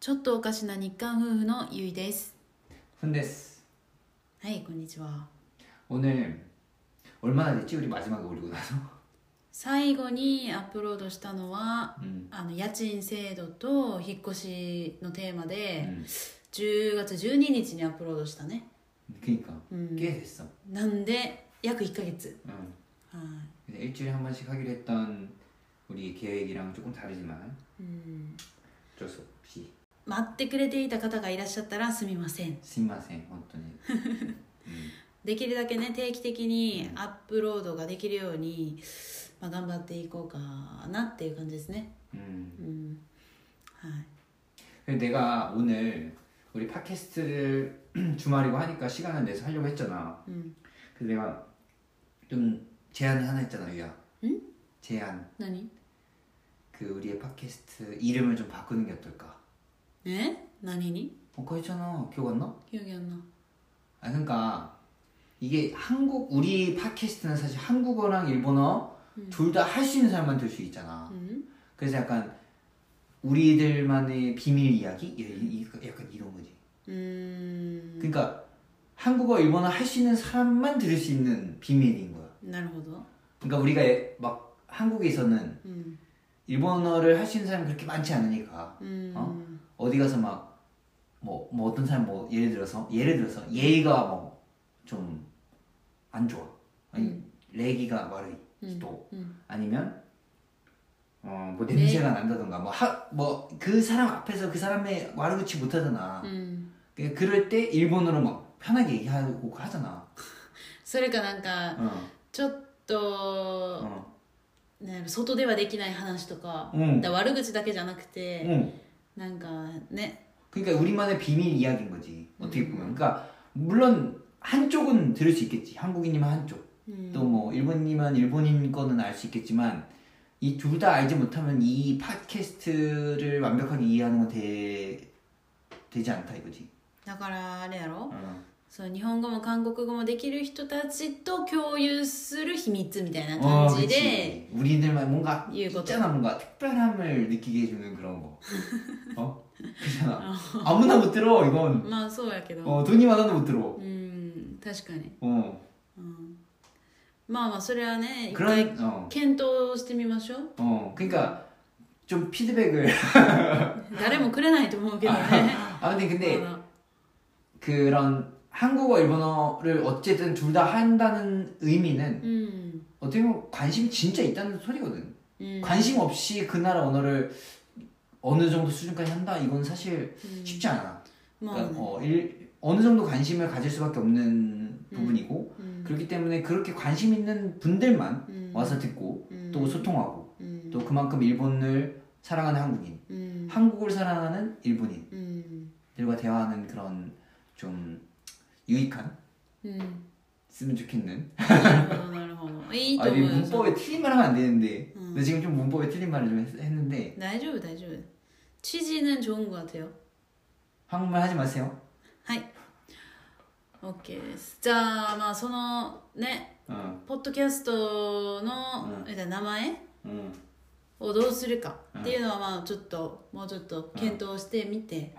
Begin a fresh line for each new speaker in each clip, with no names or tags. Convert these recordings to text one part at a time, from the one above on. ちょっとおかしな日韓夫婦のゆいです
훈です.
はいこんにちは
오늘 얼마나 됐지? 우리 마지막에 올리고 나서.
最後にアップロードしたのは
음.
あの家賃制度と引っ越しのテーマで
음.
10月12日にアップロードしたね
그러니까
うん
꽤 됐어.
なんで約1ヶ月
음.
は
근데 일주일에 한 번씩 하기로 했던 우리 계획이랑 조금 다르지만
い、うん、
어쩔 수 없이
待ってくれていた方がいらっしゃったらすみません
신마생 어떤 음.
できるだけね定期的にアップロードができるように、まあ、頑張っていこうかなっていう感じですね
음.
うんはい、
그리고 내가 오늘 우리 팟캐스트를 주말이고 하니까 시간을 내서 하려고 했잖아.
うん、
그래서 내가 좀 제안을 하나 했잖아, 유야.
응?
제안.
何
그 우리의 팟캐스트 이름을 좀 바꾸는 게 어떨까?
え何に
아까 했잖아. 기억 안 나?
기억이 안 나.
아 그러니까 이게 한국 우리 팟캐스트는 사실 한국어랑 일본어
음.
둘 다 할 수 있는 사람만 들 수 있잖아.
응?
그래서 약간 우리들만의 비밀 이야기 이- 이- 이- 약간 이런 거지.
음,
그러니까 한국어 일본어 할 수 있는 사람만 들을 수 있는 비밀인 거야.
なるほど。
그러니까 우리가 예- 막 한국에서는
음,
일본어를 할 수 있는 사람이 그렇게 많지 않으니까
음,
어디 가서 막 뭐 뭐 어떤 사람 뭐 예를 들어서 예를 들어서 예의가 뭐 좀 안 좋아 아니 레기가 말이
음,
또
음.
아니면 어뭐
네.
냄새가 난다던가 뭐 하 뭐 그 사람 앞에서 그 사람의 말을 붙지 못하잖아
음.
그러니까 그럴 때 일본어로 막 편하게 얘기하고 하잖아
それかなんか
어,
ちょっと、
어.
ね、外ではできない話とか,、
응.
だ悪口だけじゃなくて、
응.
なんかね
그러니까 우리만의 비밀 이야기인 거지 어떻게 보면 그러니까 물론 한쪽은 들을 수 있겠지 한국인이면 한쪽
うん
또 뭐 일본인이면 일본인 거는 알 수 있겠지만 이 둘 다 알지 못하면 이 팟캐스트를 완벽하게 이해하는 건 되, 되지 않다 이거지
だからあれやろ
어.
そう日本語も韓国語もできる人たちと共有する秘密みたいな感じで
어, 그치. 우리들만 뭔가
이해 못
있잖아 뭔가 특별함을 느끼게 해주는 그런 거 어? 그잖아 아무나 못 들어 이건
まあそうやけど、
어, 돈이 많아도 못 들어
うん確かに、
어
うん、まあまあそれはね一回
그런 어.
検討してみましょう
어, 그러니까 좀 피드백을.
誰もくれないと思うけどね
아무튼 근데
まだ
그런 한국어, 일본어를 어쨌든 둘 다 한다는 의미는
うん、
어떻게 보면 관심이 진짜 있다는 소리거든.
うん、
관심 없이 그 나라 언어를 어느 정도 수준까지 한다? 이건 사실
음.
쉽지 않아.
まあ
그러니까
ね、
어, 일- 어느 정도 관심을 가질 수밖에 없는 부분이고,
うん、
그렇기 때문에 그렇게 관심 있는 분들만
うん
와서 듣고,
うん
또 소통하고,
うん
또 그만큼 일본을 사랑하는 한국인,
うん、
한국을 사랑하는 일본인,
うん、
들과 대화하는 그런 좀 유익한
うん、
쓰면 좋겠는
なるほどなるほどいいと
아
思
이게
うよ
문법에 틀린 말 하면 안 되는데
う
근데
ん、
지금 좀 문법에 틀린 말을 좀 했- 했는데
大丈夫大丈夫知事는좋은것같아요
한국말 하지 마세요
はい OK ですじゃあまあそのね
어,
ポッドキャストの、
うん
えっと名前
어.
をどうするかっていうのはまあちょっともうちょっと検討してみて、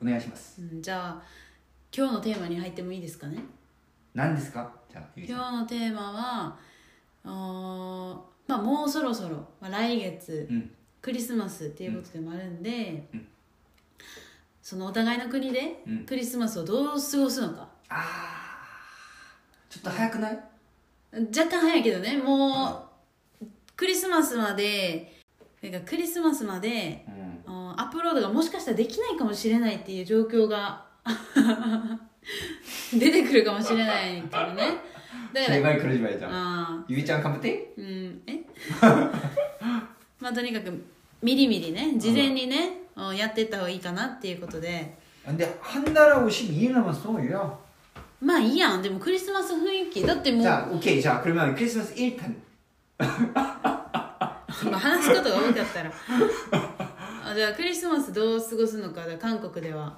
오네가시마스
うんじゃあ今日のテーマに入ってもいいですかね
난데스까? 자
今
여기서
日のテーマはあーまあもうそろそろ、まあ、来月、
うん
クリスマスっていうことでもあるんで、そのお互いの国で
うん
クリスマスをどう過ごすのか、
아 좀더 하얗구나
若干早いけどねもうクリスマスまでなんかクリスマスまで
음.
あーアップロードがもしかしたらできないかもしれないっていう状況が 出てくるかもしれないからねだから
제발 그러지 말자
あ
유이짱 아, 컴퓨팅?
ーうんえ まあとにかくみりみりね事前にねあーやってった方がいいかなっていうことで
근데 한 달하고 12일 남았어 유야
まあいいやんでもクリスマス雰囲気だってもう
자 오케이 자 그러면 크리스마스 1탄
その話し方が多かったらあじゃあクリスマスどう過ごすのかだから韓国では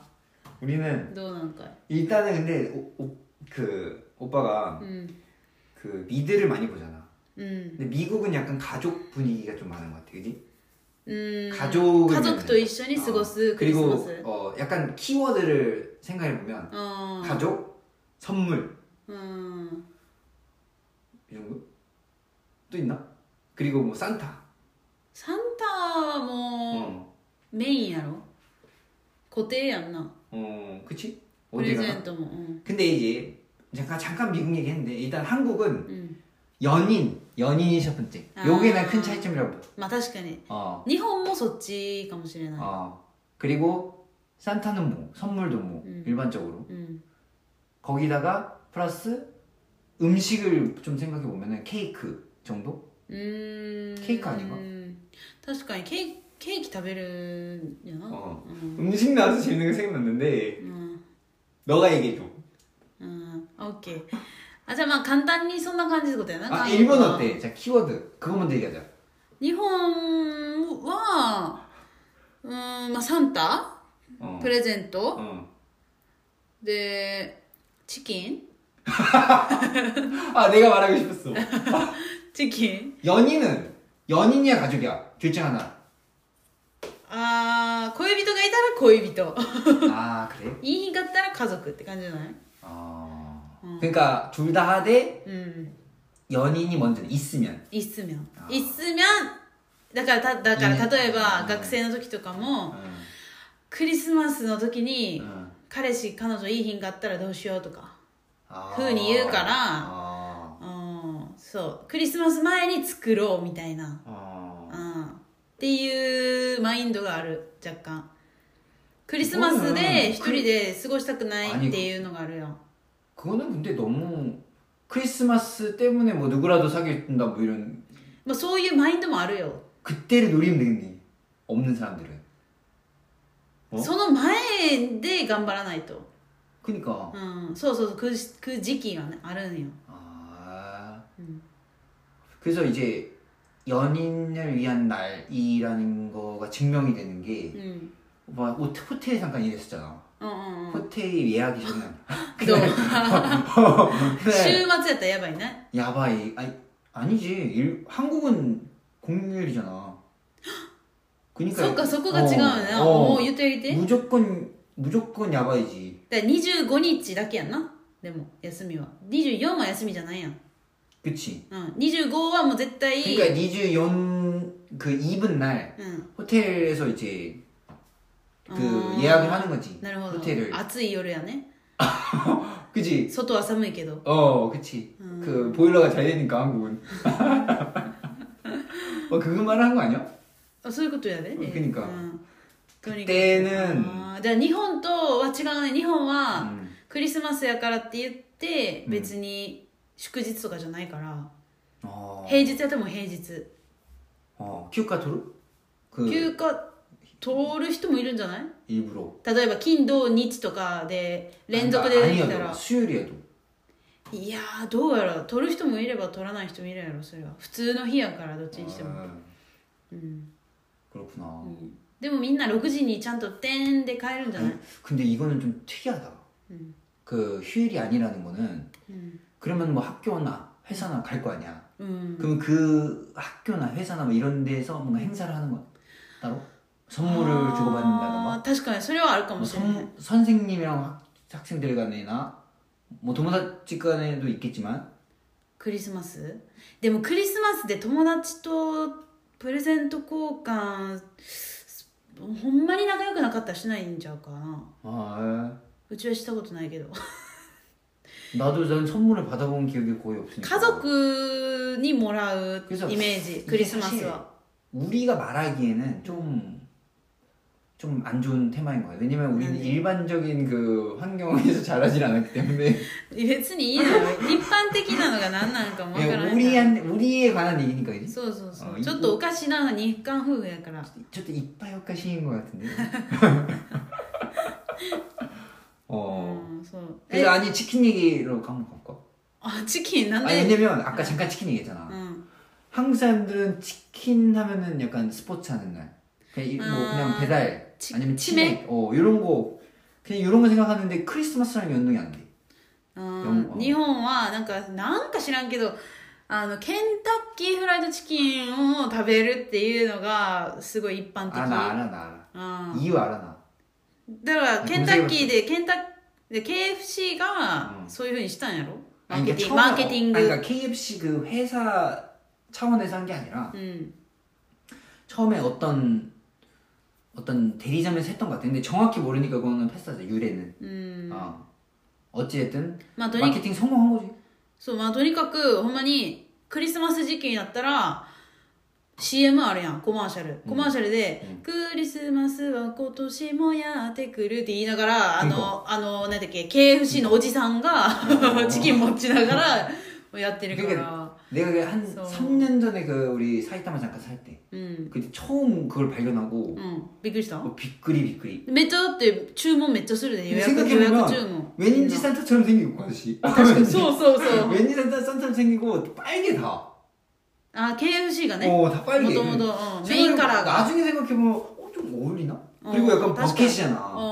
우리는
どうなんかい
일단은 근데 오, 오, 그 오빠가
うん
그 미드를 많이 보잖아
うん
근데 미국은 약간 가족 분위기가 좀 많은 것 같아, 그지?
음,
가족을
가족도
위한-
一緒に過ごすクリスマ
그리고
ス
어, 약간 키워드를 생각해 보면
어,
가족, 선물
음,
이 정도 또 있나? 그리고 뭐 산타.
サンタはもう
어,
メインやろ固定やんな
어, 그치?
プレ
어디가?
ゼントもうん
근데 이제 잠깐 잠깐 미국 얘기했는데 일단 한국은
うん、
연인, 연인이 첫 번째.
아.
요게 난 큰 차이점이라고 봐.
まあ確かに
어,
日本もそっちかもしれない
어. 그리고 산타는 뭐, 선물도 뭐
음.
일반적으로
うん
거기다가 플러스 음식을 좀 생각해 보면은 케이크 정도?
うーん
ケーキ아닌가
確かにケーキケーキ食べるんやな、
어.
うん、
음식 나와서 재밌는 게 생각났는데
うん
너가 얘기해 줘.
うん、オッケー。あ、じゃあまあ簡単にそんな感じってことやな。
아
韓国
일본
は
어때? 자 키워드 그거 먼저 얘기하자.
日本は、うーん、まあサンタ、
어.
プレゼント、
어.
で、チキン
아 내가 말하고 싶었어.
チキン
연인은 연인이야 가족이야 둘 중 하나.
あー、恋人がいたら恋人。
아 그래?
いい日があったら家族って感じじゃない
아.
음.
그러니까 둘 다 하되
うん。
연인이 먼저 있으면
いっすみょん
あ。ー
いっすみょんだから、ただか
いい
ら
ね
例えば
うん
学生の時とか
응.
も、クリスマスの時に
응.
彼氏、彼女いい日があったらどうしようとか。
아.
흔히 그 이웃가라.
아.
うんそうクリスマス前に作ろうみたいな、
아.
うん、っていうマインドがある若干クリスマスで一人で過ごしたくないっていうのがあるよ
그거는 근데 너무 크리스마스 때문에 뭐 누구라도 사귄다 뭐 이런
まあ、そういうマインドもあるよ、
그때를 노리면 되겠네 없는 사람들은 어?
その前で頑張らないと、
그니까
うん、そうそうそうくく時期が、ね、あるんよ、
아
음.
그래서 이제 연인을 위한 날이라는 거가 증명이 되는
う
게
ん、
오빠 호텔, 호텔 잠깐 일했었잖아
うんうんうん
호텔 예약이 전에
どう週末
그래
やったらやばいね
야바이 아니 아니지 일, 한국은 공휴일이잖아 그러니까 그니까 어.
そっかそこが違うよね、あもう言ってあげて
무조건 무조건 야바이지
だから25日だけやんなでも休みは24は休みじゃないやん
그치
うん、25はもう絶対、
그러니까 24그 2분 날
うん、
호텔에서 이제 그
아.
예약을 하는 거지
なるほど
호텔을
暑い夜やね
그치
外は寒いけど
어 그치
아. 음.
그 보일러가 잘 되니까 한국은 어 그거 말한 거 아니야?
あそういうことやで、
うん그러니까
うんとにかく
그때는
あーじゃあ日本とは違うね日本は
음.
クリスマスやからって言って
うん
別に祝日とかじゃないから、
어,
平日やっても平日、
어 큐카토르 그
休暇通る人もいるんじゃない
일부러
例えば金土日とかで連続で出てきた
아니어도
ら
수요일이어도
いやーどうやら取る人もいれば取らない人もいるやろそれは普通の日やからどっちにしても、
아,
うん、
그렇구나
でもみんな6時にちゃんと点で帰るんじゃない、
근데 이거는 좀 특이하다
음.
그 휴일이 아니라는 거는
うん、
그러면 뭐 학교나 회사나 갈 거 아니야
うん、
그럼 그 학교나 회사나 뭐 이런 데서 뭔가 행사를 하는 건 따로 선물을
아.
주고받는다던가
あー確かにそれはあるか
뭐
もしれない、
선, 선생님이랑 학, 학생들 간에나 뭐 도모다치 간에도 있겠지만
クリスマスでもクリスマスで友達とプレゼント交換すほんまに仲良くなかったらしないんちゃうかな
아
うちはしたことないけど
나도 난 선물을 받아본 기억이 거의 없으니까
家族にもらうイメージクリスマスは
우리가 말하기에는 좀 좀 안 좋은 테마인 거예요. 왜냐면 우리는
네.
일반적인 그 환경에서 자라질 않았기 때문에
別にいいのよ一般的なのが何なのかもわから
그냥
ない
우리한 우리에 관한 얘기니까 이제
そうそうそ
あ
う
いい
ちょっとおかしな日韓夫婦やから
저도 이빨 역가시인 것 같은데. 어.
うんそうえ
그래서 아니 치킨 얘기로 한번 갈까?
あチキンなん
아
で
왜냐면 아까 잠깐 치킨 얘기했잖아.
うん、
한국 사람들은 치킨 하면은 약간 스포츠 하는 날. 그냥 이- 뭐
아,
그냥 배달
치-
아니면 치맥. 어 이런 거 그냥 이런 거 생각하는데 크리스마스랑 연동이 안 돼.
うん
四
日本はなんかなんか知らんけどあのケンタッキーフライドチキンを食べるっていうのがすごい一般的
알아, 알아, 나 알아.
うん
이유 알아, 나.
だからケンタッキーでケンタッで KFC
う
が
ん
そういうふうにしたんやろマ
아니,
ーケ
그러니까
ティングマー
처음에
ケティン
어-
グ
아니, 그러니까 KFC 그 회사 차원에서 한 게 아니라
うん、
처음에 어떤 어떤 대리점에서 했던 것 같아. 근데 정확히 모르니까 그거는 패스하자. 유래는.
うん、
어. 어찌됐든
まあとに
마케팅 성공한 거지.
そうまあとにかくほんまにクリスマス時期になったら CM あるやんコマーシャルコマーシャルで、クリスマスは今年もやってくる」って言いながらあのあのなんだっけ KFC のおじさんがチキン持ちながらやってるから、
내가 그한
그래서-
3년 전에 그 우리 사이타마 잠깐 살 때.
うん
그때 처음 그걸 발견하고
うん、びっくりした
뭐 비끄리 비끄리.
めっちゃだって注文めっちゃするね 予約
생각해보면
予約注文
왠지 산타처럼 생기고 아저씨.
確かにそうそうそう
왠지 산타 산타처럼 생기고 빨개 다.
あ KFC がねも
어 다 빨개.
ともとうんメインカラーが
나중에 생각해보면 어, 좀 어울리나? 그리고
어,
약간
다시 어.
버켓이잖아.
うん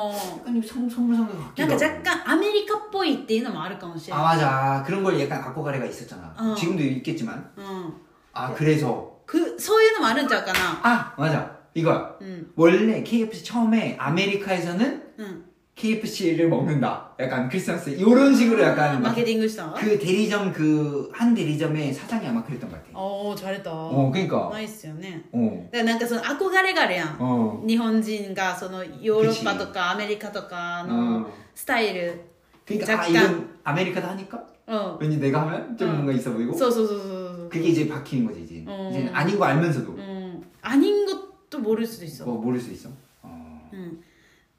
약간 선- 선물 상자 같기도
なんか
하고.
若干アメリカっぽいっていうのもあるかもしれな
아
い
맞아 그런 걸 약간 갖고 가래가 있었잖아
어.
지금도 있겠지만
うん
아 그래서
くそういうのもあるんちゃうかな
아 맞아 이거야
うん、
원래 KFC 처음에 아메리카에서는
うん、
KFC를 먹는다 약간 크리스마스 이런 식으로
あ
약간
ーマーケティングした
그 대리점 그 한 대리점의 사장이 아마 그랬던 것 같아
おおされた
어 그러니까
ないっすよね
어어 어.
だからなんかその憧れがあるやん日本人がそのヨーロッパとかアメリカとかの
うん
スタイル
그러니까 아
약간.
이건 아메리카다 하니까
うん、
왠지 내가 하면 좀
어.
뭔가 있어 보이고
そうそうそうそう
그게 이제 박히는 거지 이제
어.
이제 아닌 거 알면서도
そううんアニンゴとモルスでし
뭐
ょ
모를 수 있어 어.
うん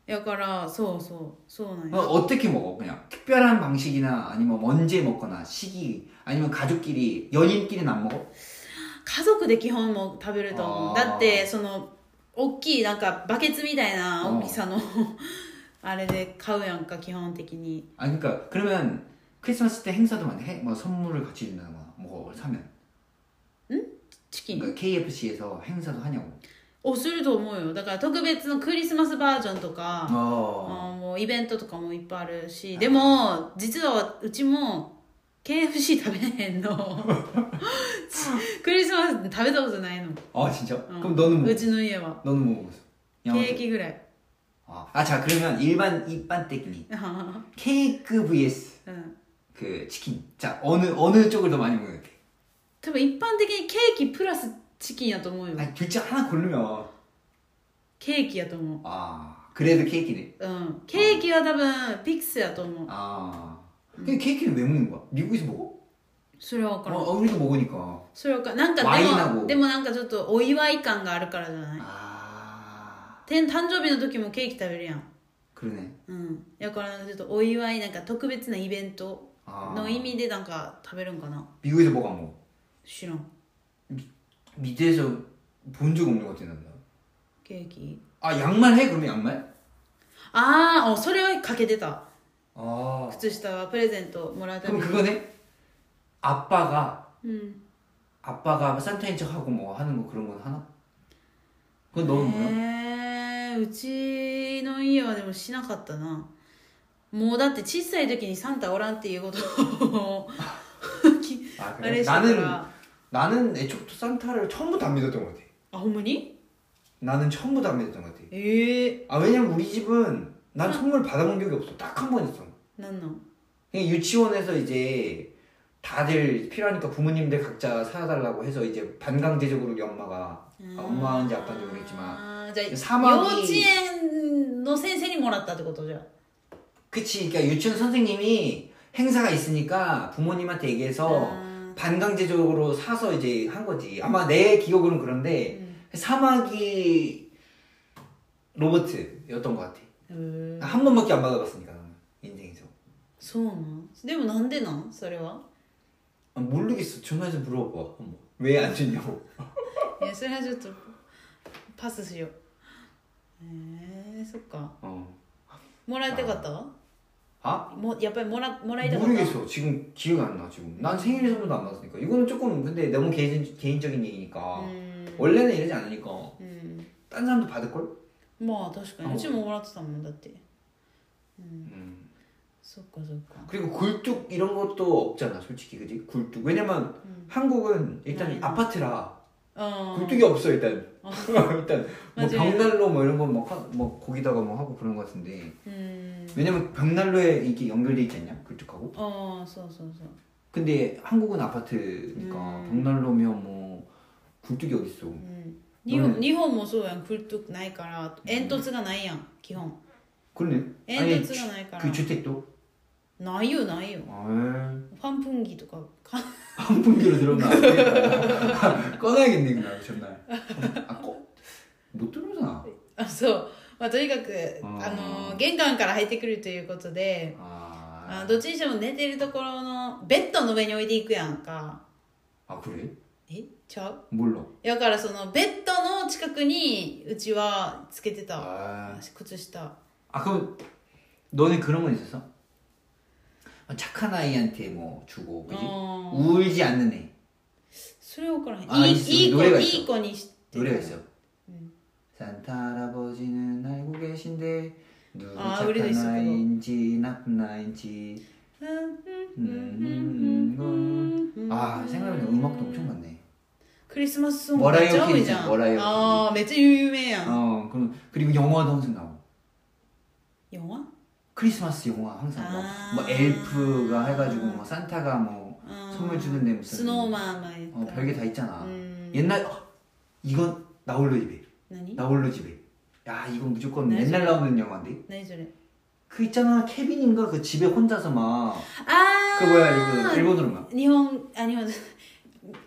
やからそうそうそうなん
어
や
어떻게 먹어? 그냥 특별한 방식이나 아니면 뭐 언제 먹거나 시기 아니면 가족끼리 연인끼리는 안 먹어?
家族で基本も食べると思
あ
う
ー
だってその大きいなんかバケツみたいな大きさの あれで買うやんか基本的に
아 그러니까 그러면 크리스마스 때 행사도만 해? 뭐 선물을 같이 준다거나 뭐 사면
チキン
그러니까 KFC에서 행사도 하냐고
をすると思うよだから特別のクリスマスバージョンとか、
어.
あーもうイベントとかもいっぱいあるし
あー
でも実はうちも KFC 食べへんの クリスマス食べたことないの、
아 진짜?
うん
그럼 너는 뭐
うちの家は
너는 뭐 먹었어?
ケ
양아치?
ーキぐらい
아, 아, 자 그러면 일반 입반떼끼니
う
케이크 vs
ん
그 치킨 자 어느 어느 쪽을 더 많이 먹는 게?
多分一般的にケーキプラスチキンやと思うよ
아니 둘 중 하나 고르면
ケーキやと思う
아 그래도 케이크네
うん、ケーキは多分ピクスやと思う
아 근데 케이크는 왜 먹는 거야? 미국에서 먹어?
それは分からん、
어, 우리도 먹으니까.
それは分からんなん
ワイ
か
ナ
でも
も
でもなんかちょっとお祝い感があるからじゃない
아,
天誕生日の時もケーキ食べるやん
그러네.
うんやからなんかちょっとお祝いなんか特別なイベント
아,
の意味でなんか食べるんかな
미국에서 뭐가 뭐?
知らん
미대에서 본 적 없는 것 같아 난다.
ケーキ
아 양말 해? 그러면 양말?
ああそれはかけてた
아,
靴下はプレゼントもらうため
그럼
に
그거네. 아빠가
うん、
아빠가 산타인 척 하고 뭐 하는 거 그런 건 하나? 그건 너는
네. へ
뭐야?
えうちの家はでもしなかったなもうだって小さい時にサンタおらんっていう ことを
아
あれ
그래?
したから
나는 나는 애초부터 산타를 처음부터 안 믿었던 것 같아.
あほんまに
나는 처음부터 안 믿었던 것 같아.
ええ
아 왜냐면 우리 집은 난 선물 받아본 적이 없어. 딱 한 번 있어.
なんなん
그냥 유치원에서 이제 다들 필요하니까 부모님들 각자 사달라고 해서 이제 반강제적으로 우리 엄마가
음.
아, 엄마인지 아빠인지 모르겠지만
あーじゃあ幼稚
사막이
園の先生にもらったってことじゃ
그치 그러니까 유치원 선생님이 행사가 있으니까 부모님한테 얘기해서
아,
반강제적으로 사서 이제 한 거지 아마 내 기억으로는 그런데
음.
사마귀 로봇이었던 것 같아
へー
한 번밖에 안 받아봤으니까 나는 인생에서
そうなんでもなんでなんそれは
아, 모르겠어 전화해서 물어봐 한번 왜 안 주냐고
いやそれはちょっとパスしようえー、そっか
어.
もらいたかった
아
もやっぱりもらもらいたかった
모르겠어. 지금 기억이 안 나. 지금 난 생일 선물도 안 받았으니까. 이거는 조금 근데 너무 개인 개인적인 얘기니까.
うん、
원래는 이러지 않으니까.
うん、
딴 사람도 받을 걸?
まあ確かに
あ
うちももらってたもんだって
음.
そっかそっか。
그리고 굴뚝 이런 것도 없잖아 솔직히 그지 굴뚝 왜냐면
음.
한국은 일단
음.
아파트라
어.
굴뚝이 없어 일단
어.
일단 뭐
맞아요.
벽난로 뭐 이런 거뭐 뭐 거기다가 뭐 하고 그런 거 같은데
음.
왜냐면 벽난로에 이게 연결돼 있지 않냐 굴뚝하고
어, そうそうそう
근데 한국은 아파트니까
음.
벽난로면 뭐 굴뚝이 어딨어
うん日本,、
うん
日本もそうやんグルトゥないから煙突がないやん基本
그러네
煙突がないから
그 주택도
ないよないよ
아,
ファンプンギとかか
한 분기로 늘었나 꺼내야겠네 그날 전날 아꺼못 들어오잖아
あそう、まあ、とにかく
うん
あの玄関から入ってくるということであ
아,
どっちにしても寝てるところのベッドの上に置いていくやんか
아 그래?
えちゃう
몰라
だからそのベッドの近くにうちはつけてた
아,
靴下
아 그럼 너네 그런 건 있었어? 착한 아이한테 뭐 주고 그지?
어.
울지 않는 애
それ分からへん
あ
いい
いいっす
いい子
노래가
いい子にして
노래가 있어
음.
산타 할아버지는 알고 계신데 누구
아, 우리도
착한
있어, 그거.
아이인지 나쁜 아이인지 음, 아 생각해보니 음악도 엄청 많네
クリスマスソング
モラ
め
イ
っ
オ
ちゃ多いじゃ
キ
ん
リモライオキリ
ああめっちゃ有名やん
어 그럼 그리고 영화도 항상 나오고
4話
크리스마스 영화 항상 나오고
아.
뭐 엘프가 해가지고 뭐 산타가 뭐 선물 주는데 무슨
スノーマンもや
어
った
별게 다 있잖아
음.
옛날 어, 이건 나홀로 집에
何
나홀로 집에 야 이건 무조건
네,
맨날
저-
나오는 영화인데
何それ
그 있잖아 케빈인가 그 집에 혼자서 막 그
ああ
뭐야
아.
일본어 일본어로 막
日本あ日本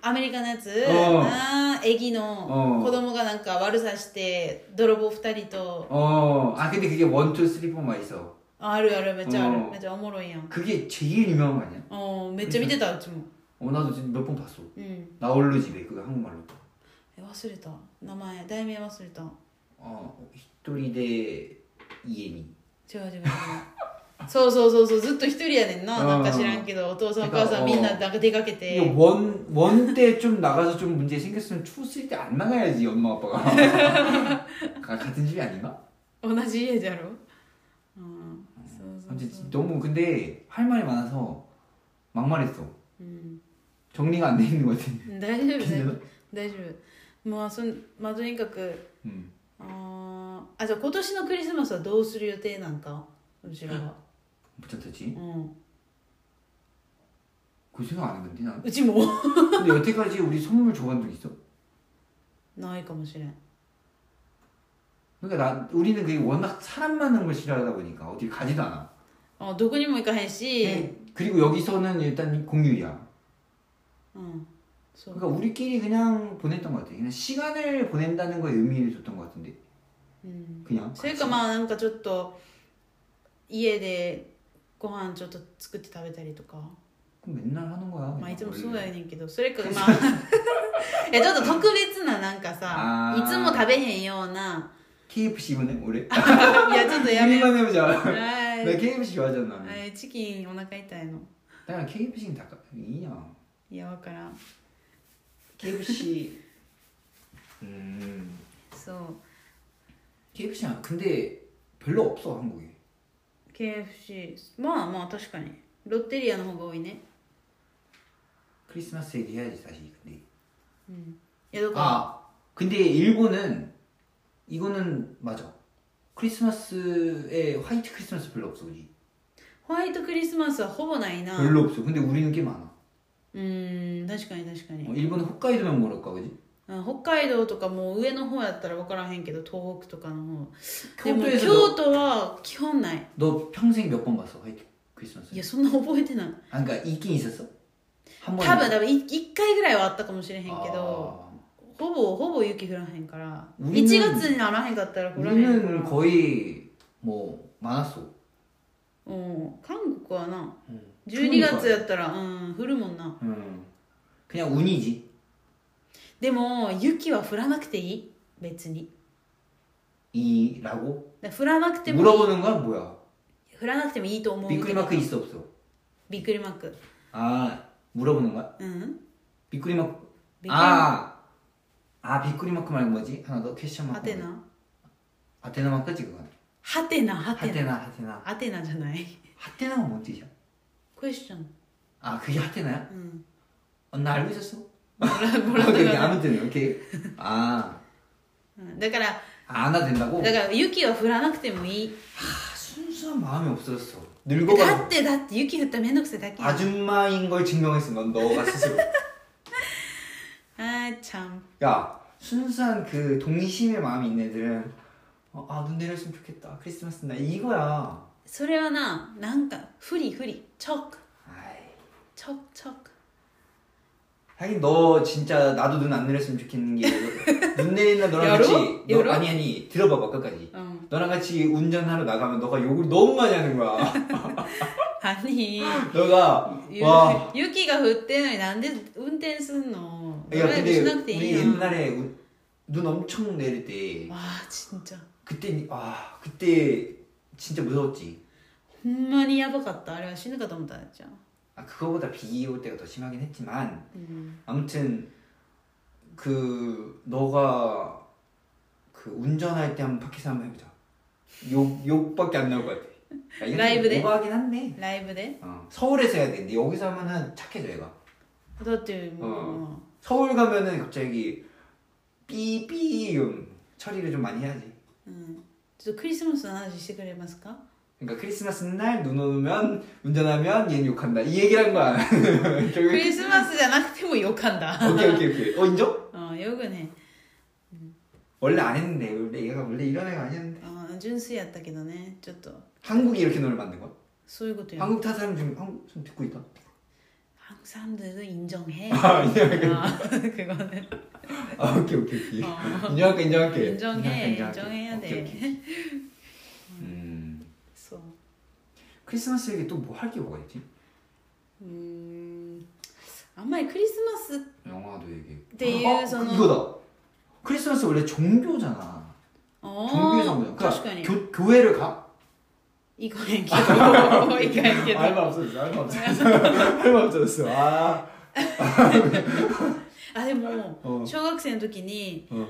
アメリカのやつ
おう
ああ애기の
おう
子供がなんか悪さして泥棒二人と
어, 아 근데 그게 원투 쓰리 포만 있어.
ああるあるめっちゃあ
お
る
う
めっちゃおもろいやん
그게 제일 유명한 거 아니야?
おうめっちゃ見てたうちも
어 나도 지금 몇 번 봤어.
うん
나홀로 집에 그거 한국말로.
え忘れた名前題名忘れた
어, 히토리데 이에미.
違う違う違 うそうそうそうそうずっと一人やねんな
うん
なんか知らんけどお父さんお
てか
母さ
うんん
みんななんか出かけ
이게
て
원, 원 때 좀 나가서 좀 문제 생겼으면 투 쓰리 때 안 나가야지 엄마 아빠가. 가- 같은 집이 아닌가?
同じ家じゃろうんそうそう
아무튼
そう
진- 너무 근데 할 말이 많아서 막말했어.
うん、
정리가 안 돼 있는 거 같아.
大丈夫大 丈夫
괜찮아?
大丈夫まあそんまあとにかく
음.
あーあじゃあ今年のクリスマスはどうする予定なんかうちらは、
붙였지.
うん、
그 생각 안 했는데 나.
うちも
근데 여태까지 우리 선물 줘본 적 있어?
ないかもしれん
그러니까 나 우리는 그게 워낙 사람 많은 걸 싫어하다 보니까 어디 가지도 않아. 네?
あどこにも行かへんし、
그리고 여기서는 일단 공휴야.
うんそう
그러니까 우리끼리 그냥 보냈던 것 같아. 그냥 시간을 보낸다는 거에 의미를 줬던 것 같은데.
うん、
그냥. 아,
それかまあなんかちょっと家でご飯ちょっと作って食べたりとか
그럼 맨날 하는 거야.
まあいつもそう
원래.
やねんけどそれか まあいやちょっと特別ななんかさ
あ
い
ー
つも食べへんよう な
KFC 이번에 올해.
아, いやちょっとやめよう
우리만 해보자.
は
나
い
KFC 좋아하잖아.
はいチキンお腹痛いの
나랑 KFC는 다 가- 이냐.
いやわからん
KFC. 음.
そう
KFC야. 근데 별로 없어 한국에.
KFC まあまあ確かにロッテリアの方が多いね
크리스마스 얘기해야지 다시. 근데.
いやだか
아 근데 일본은 이거는 맞아 크리스마스에 화이트 크리스마스 별로 없어 우리
らホワイトクリスマスはほぼないな
별로 없어 근데 우리는 꽤 많아
うーん確かに確かに
어, 일본은 홋카이도면 뭐랄까 그지
うん北海道とかもう上の方やったら分からへんけど東北とかの方でも京
교토에서
都は基本ない
너, 너 평생 몇 번 봤어 화이트 크리스마스
いやそんな覚えてない
아 그러니까 있긴 있었어 한
多
번.
分多分い1回ぐらいはあったかもしれへんけど
아,
ほぼほぼ雪降らへんから
うん
1月にならへんかったら降らへんから
우리는 거의 뭐 많았어
うん韓国はな
음.
12月やったらうん降るもんな
음. 그냥 운이지
でも雪は降らなくていい別に
이라고
だから降らなくてもいい
물어보는 건 뭐야
降らなくてもいいと思うけど
미끄리마크 있어 없어
びっくりマーク
아 물어보는 거야
うん
빅그리마크
빅그리마크.
아, 아 빅그리마크 말고 뭐지? 하나 더 캐션 마크
ハテナ
아테나 마크지 그건
はハテナハテナ
하테나 하테나
アテナじゃない
하테나가 뭔 뜻이야?
クエスチョン
아 그게 하테나야?
うん
어, 나 알고 있었어.
뭐라 뭐라고
오케이, 오케이.
하
아무튼 이렇게 아
だから
안나 된다고?
だから雪は降らなくてもいい
아, 순수한 마음이 없어졌어.
だ
늙어가
ってだって雪降ったらめんどくさいだけやん
아줌마인 걸 증명했어 넌 너가 스스로.
あーちゃん
야 순수한 그 동심의 마음이 있는 애들은 어, 아눈 내렸으면 좋겠다 크리스마스 날 이거야.
それはななんか不利不利チョック
아이.
チョックチョック
하긴 너 진짜 나도 눈 안 내렸으면 좋겠는 게 눈 내리는 날 너랑
열어?
같이 너-
열어?
아니 아니 들어봐봐 끝까지
うん
너랑 같이 운전하러 나가면 너가 욕을 너무 많이 하는 거야
아니
너가
유-
와
유키가 그때는 난데 운전 쓰노
야
노래
근데
무신학대
우리 옛날에 운- 눈 엄청 내릴 때
와 진짜
그때 와 그때 진짜 무서웠지
정말 야박았다 아래가 신는 가 너무 다녔죠
아 그거보다 비 올 때가 더 심하긴 했지만 아무튼 그 너가 그 운전할 때 한번 팟캐스트 한번 해보자. 욕 욕밖에 안 나올 것 같아. 야, 이건 좀
라이브네?
오버하긴 한데.
라이브에
어, 서울에서 해야 되는데 여기서 하면은 착해져 얘가.
그것도 뭐
서울 가면은 갑자기 삐삐 음, 처리를 좀 많이 해야지.
음. 저 크리스마스 하나 주식을 해봤을까?
그러니까 크리스마스 날 눈 오면 운전하면 얘는 욕한다. 이 얘기를 한 거야. 결국에-
크리스마스 자나한테 뭐 욕한다
오케이 오케이 오케이. 어 인정?
어 욕은 해
원래 안 했는데 원래 얘가 원래 이런 애가 아니었는데
어, 준수였다 けどねちょっと
한국이 이렇게 노래 만든 거야?
そういうことよ
한국 타 사람 중에 한국 좀 듣고 있다.
한국 사람들도 인정해
아,
아, 그거는
아 오케이 오케이 오케이.
어.
인정할게 인정할게.
인정해
인정할게, 인정할게.
인정해야
오케이,
돼
오케이. 음
そう
크리스마스얘기 또 뭐 할 게 뭐가 있지?
음, 아마 크리스마스
영화도 얘기.
네,
아,
이래서는-
그- 이거다. 크리스마스 원래 종교잖아.
어,
종교에서 뭐야? 그러니까
確かに
교, 교회를 가?
이거 얘기도 이거 얘기도
아, 알바 없어졌어. 알바 없어졌어. 알바 없어졌어. 아.
아でも
어.
小学生の時に
어.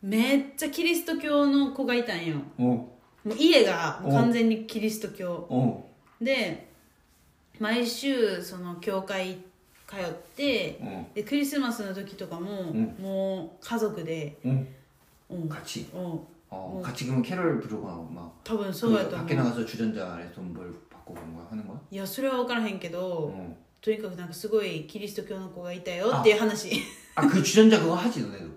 めっちゃキリスト教の子がいたんよ
어.
もう家がもう
お
完全にキリスト教
어.
で毎週その教会通って、
어.
でクリスマスの時とかも、
うん
もう家族で、
응.
うん
같이.
うん
어
어.
같이 그러면 캐럴 부르거나 막.
多分そうや
그
と思
밖에
う
나가서 주전자에 돈벌 받고 그런 거야 하는 거야?
いやそれは分からへんけど、
어.
とにかくなんかすごいキリスト教の子がいたよっていう話
아 그 주전자 그거 하지 너네도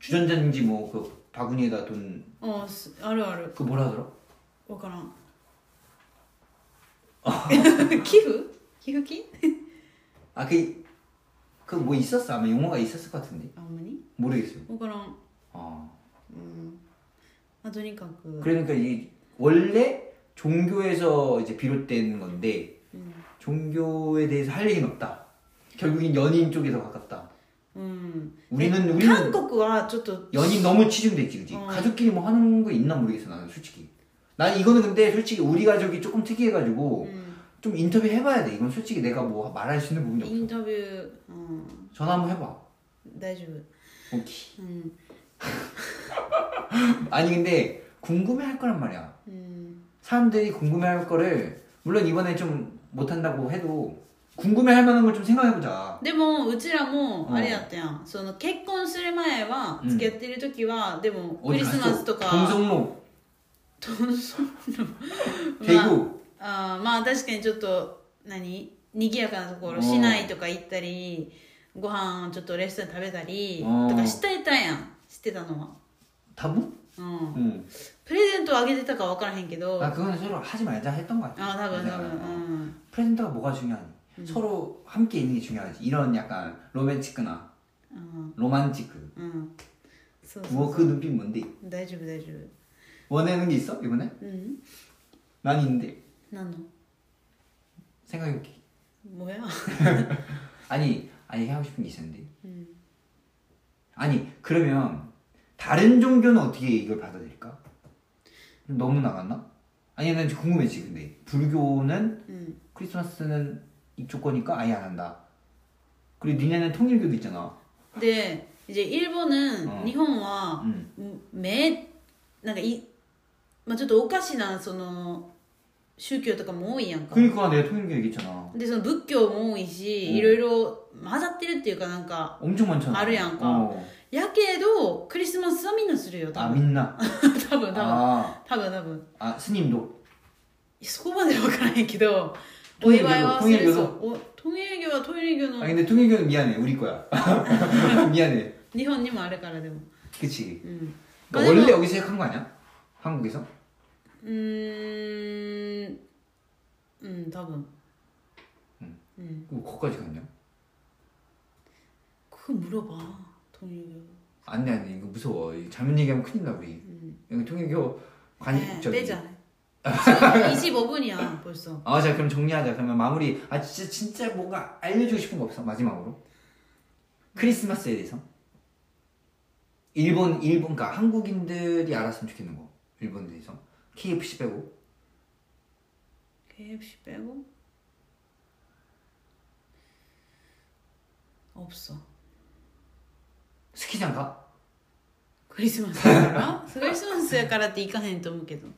주전자인지 뭐 그 바구니에다 돈 그
うんすあるある
뭐라 하더라?
分からん 寄付寄付金
아, 그, 아그 그 뭐 있었어 아마 용어가 있었을 것 같은데
あほんまに
모르겠어요
分からん
아
うん、まあ、とにかく
그러니까 이 원래 종교에서 이제 비롯된 건데 종교에 대해서 할 얘기는 없다 결국엔 연인 쪽에 더 가깝다
うん、
우리는
韓
우리는
国はちょっと
연인 너무 치중돼 있지 그지
어.
가족끼리 뭐 하는 거 있나 모르겠어 나는 솔직히 난 이거는 근데 솔직히 우리 가족이 조금 특이해가지고
음,
좀 인터뷰 해봐야 돼 이건 솔직히 내가 뭐 말할 수 있는 부분이 없어
インタビュー、うん、
전화 한번 해봐.
大丈
오케이.
夫うん、
아니 근데 궁금해 할 거란 말이야.
うん、
사람들이 궁금해 할 거를 물론 이번에 좀 못한다고 해도 궁금해 할 만한 걸 좀 생각해보자.
でもうちら
う
も
ん
あれやったやん、その結婚する前は付き合ってる時は、でもク
어디
リスマス
갔어?
とか
동성로,
まあ
대구.
あーまあ確かにちょっと何賑やかなとこ
う
ろ
ん
市内とか行ったりご飯ちょっとレストラン食べたり
うん
とかしてたやんしてたのは、
다부?
うん、
응.
プレゼントをあげてたか分からへんけど
나
あ
아, 그거는 서로 하지 말자 했던 거 같아.
多分多
내가.
分うん、
프레젠터가 뭐가 중요하니? 서로 함께 있는 게 중요하지. 이런 약간 로맨치크나
うん、
로만치크.
うん、そうそう
뭐 그 눈빛 뭔데?
大丈夫大丈
원하는 게 있어 이번에?
夫うん
난 있는데
何の
생각해볼게.
もや
아니 아니 하고 싶은 게 있었는데.
うん
아니 그러면 다른 종교는 어떻게 이걸 받아들일까? 너무 나갔나? 아니 난 지금 궁금해지 근데 불교는
うん、
크리스마스는 이쪽 거니까 아예 안 한다. 그리고 니네는 통일교도 있잖아.
で이제 일본은
어.
일본は
응.
めなんかいまあ、ちょっとおかしなその宗教とかも多いやんか
그러니까 내가 통일교 얘기했잖아.
でその仏教も多いし、
うん
いろいろ混ざってるっていうかなんか
엄청 많잖아.
아르양가.
어.
やけどクリスマスはみんなするよ多
아
分
민나.
多分多分
아,
多分多分
아 스님도.
いやそこまでわからへんけどお
統一
祝
教
いはす
統一教
るぞお統一教は統一教
아
の
근데 통일교는 미안해 우리 거야. 미안해.
日本にもあるからでも
그치.
うんまあで
그러니까
も
원래 여기서 시작한 거 아니야? 한국에서?
うーんうん多分
뭐 거기까지 갔냐?
ここ물어봐統一教
안돼 안돼 이거 무서워. 이거 잘못 얘기하면 큰일 나 우리. 여기 통일교 관
네,
저기.
빼자 25분이야 벌써
아, 자 그럼 정리하자. 그러면 마무리. 아 진짜 진짜 뭔가 알려주고 싶은 거 없어? 마지막으로 크리스마스에 대해서. 일본 일본 가 한국인들이 알았으면 좋겠는 거. 일본에 대해서. KFC 빼고.
KFC 빼고 없어
스키장 가?
クリスマスやから クリスマスやからって行かへんと思うけど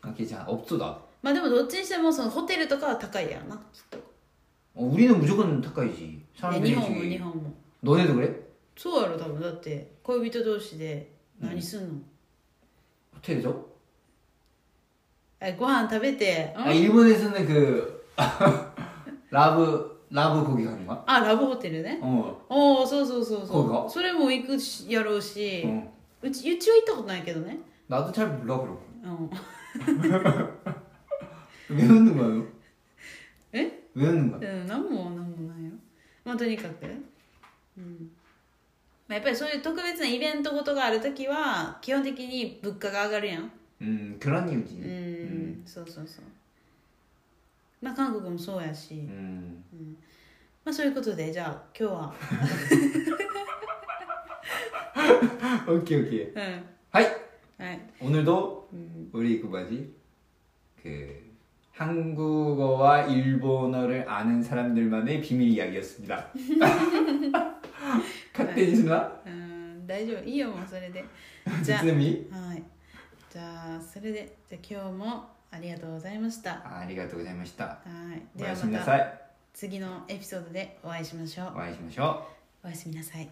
아, 괜찮아. 없어 나.
まあでもどっちにしてもそのホテルとかは高いやろなきっと
어 우리는 무조건 가까이지.
いや
사람들이
日本も
지금-
日本も
너네도 그래?
そうやろ多分だって恋人同士で何すんの、
호텔에서?
えご飯食べてん
아 일본에서는 그 라브 라브 거기 가는 거야?
あラブホテルね
어
おおそうそうそう
そう
そ
か
うそれも行くしやろうし、
어.
うちうちは行ったことないけどね
나도 잘 몰라 그럼.
うん
왜 웃는 거예요?
에?
왜 웃는 거야?
うん、なんもなんもないよまあとにかく、うんまあ、やっぱりそういう特別なイベントごとがある時は基本的に物価が上がるやん
음 그런
うん、
이유지.
そうそうそうまあ韓国もそうやし、
음.
まあそういうことでじゃあ今日は
음. 오케이 오케이.
うん
하이
はい
오늘도 우리 그 뭐지 그 한국어와 일본어를 아는 사람들만의 비밀 이야기였습니다. 카테니스나
うん大丈夫いいよもうそれでじゃ
지스미
あはいじゃあそれでじゃあ今日もありがとうございましたは
아, 아리가토고자이마시다.
い
お
で
や
は
すみな
ま
さ
た
い。
次のエピソードでお会いしましょう
お会いしましょう。
おやすみなさい